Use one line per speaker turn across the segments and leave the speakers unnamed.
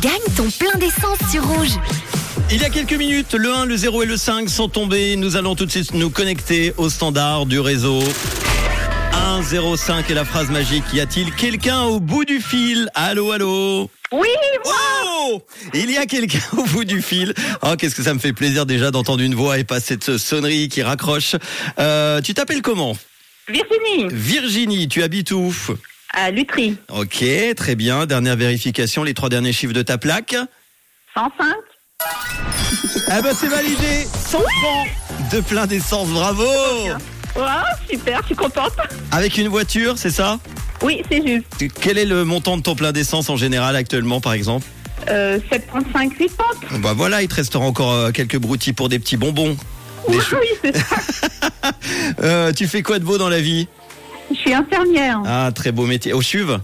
Gagne ton plein d'essence sur rouge.
Il y a quelques minutes, le 1, le 0 et le 5 sont tombés. Nous allons tout de suite nous connecter au standard du réseau. 105 est la phrase magique. Y a-t-il quelqu'un au bout du fil Allô, allô
Oui,
Oh Il y a quelqu'un au bout du fil. Oh, qu'est-ce que ça me fait plaisir déjà d'entendre une voix et pas cette sonnerie qui raccroche. Euh, tu t'appelles comment
Virginie,
Virginie, tu habites où
à Lutry,
Ok, très bien. Dernière vérification, les trois derniers chiffres de ta plaque.
105.
Ah bah c'est validé 100 francs de plein d'essence, bravo
Waouh, super, je suis contente.
Avec une voiture, c'est ça
Oui, c'est juste.
Tu- Quel est le montant de ton plein d'essence en général actuellement, par exemple
Euh, 75, 80.
Bah voilà, il te restera encore euh, quelques broutilles pour des petits bonbons. Des
Oui,
chou-
oui, c'est ça.
Euh, tu fais quoi de beau dans la vie
Je suis infirmière.
Ah, très beau métier. Au CHUV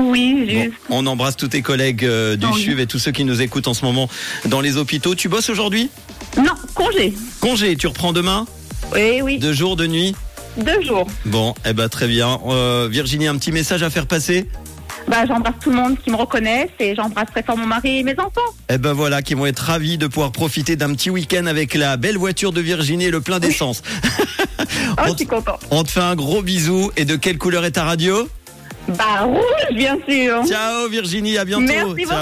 Oui,
Bon,
juste.
On embrasse tous tes collègues euh, du
Ah oui.
CHUV et tous ceux qui nous écoutent en ce moment dans les hôpitaux. Tu bosses aujourd'hui
Non, congé.
Congé, tu reprends demain
Oui, oui,
Deux jours, de nuit
deux jours.
Bon, eh ben très bien. Euh, Virginie, un petit message à faire passer
Bah, j'embrasse tout le monde qui me reconnaît et j'embrasse très fort mon mari et mes enfants.
Eh ben voilà, qui vont être ravis de pouvoir profiter d'un petit week-end avec la belle voiture de Virginie et le plein d'essence.
Oh,
On
je
te-
suis contente.
On te fait un gros bisou et de quelle couleur est ta radio
Bah, rouge, bien sûr.
Ciao Virginie, à bientôt.
Merci
Ciao.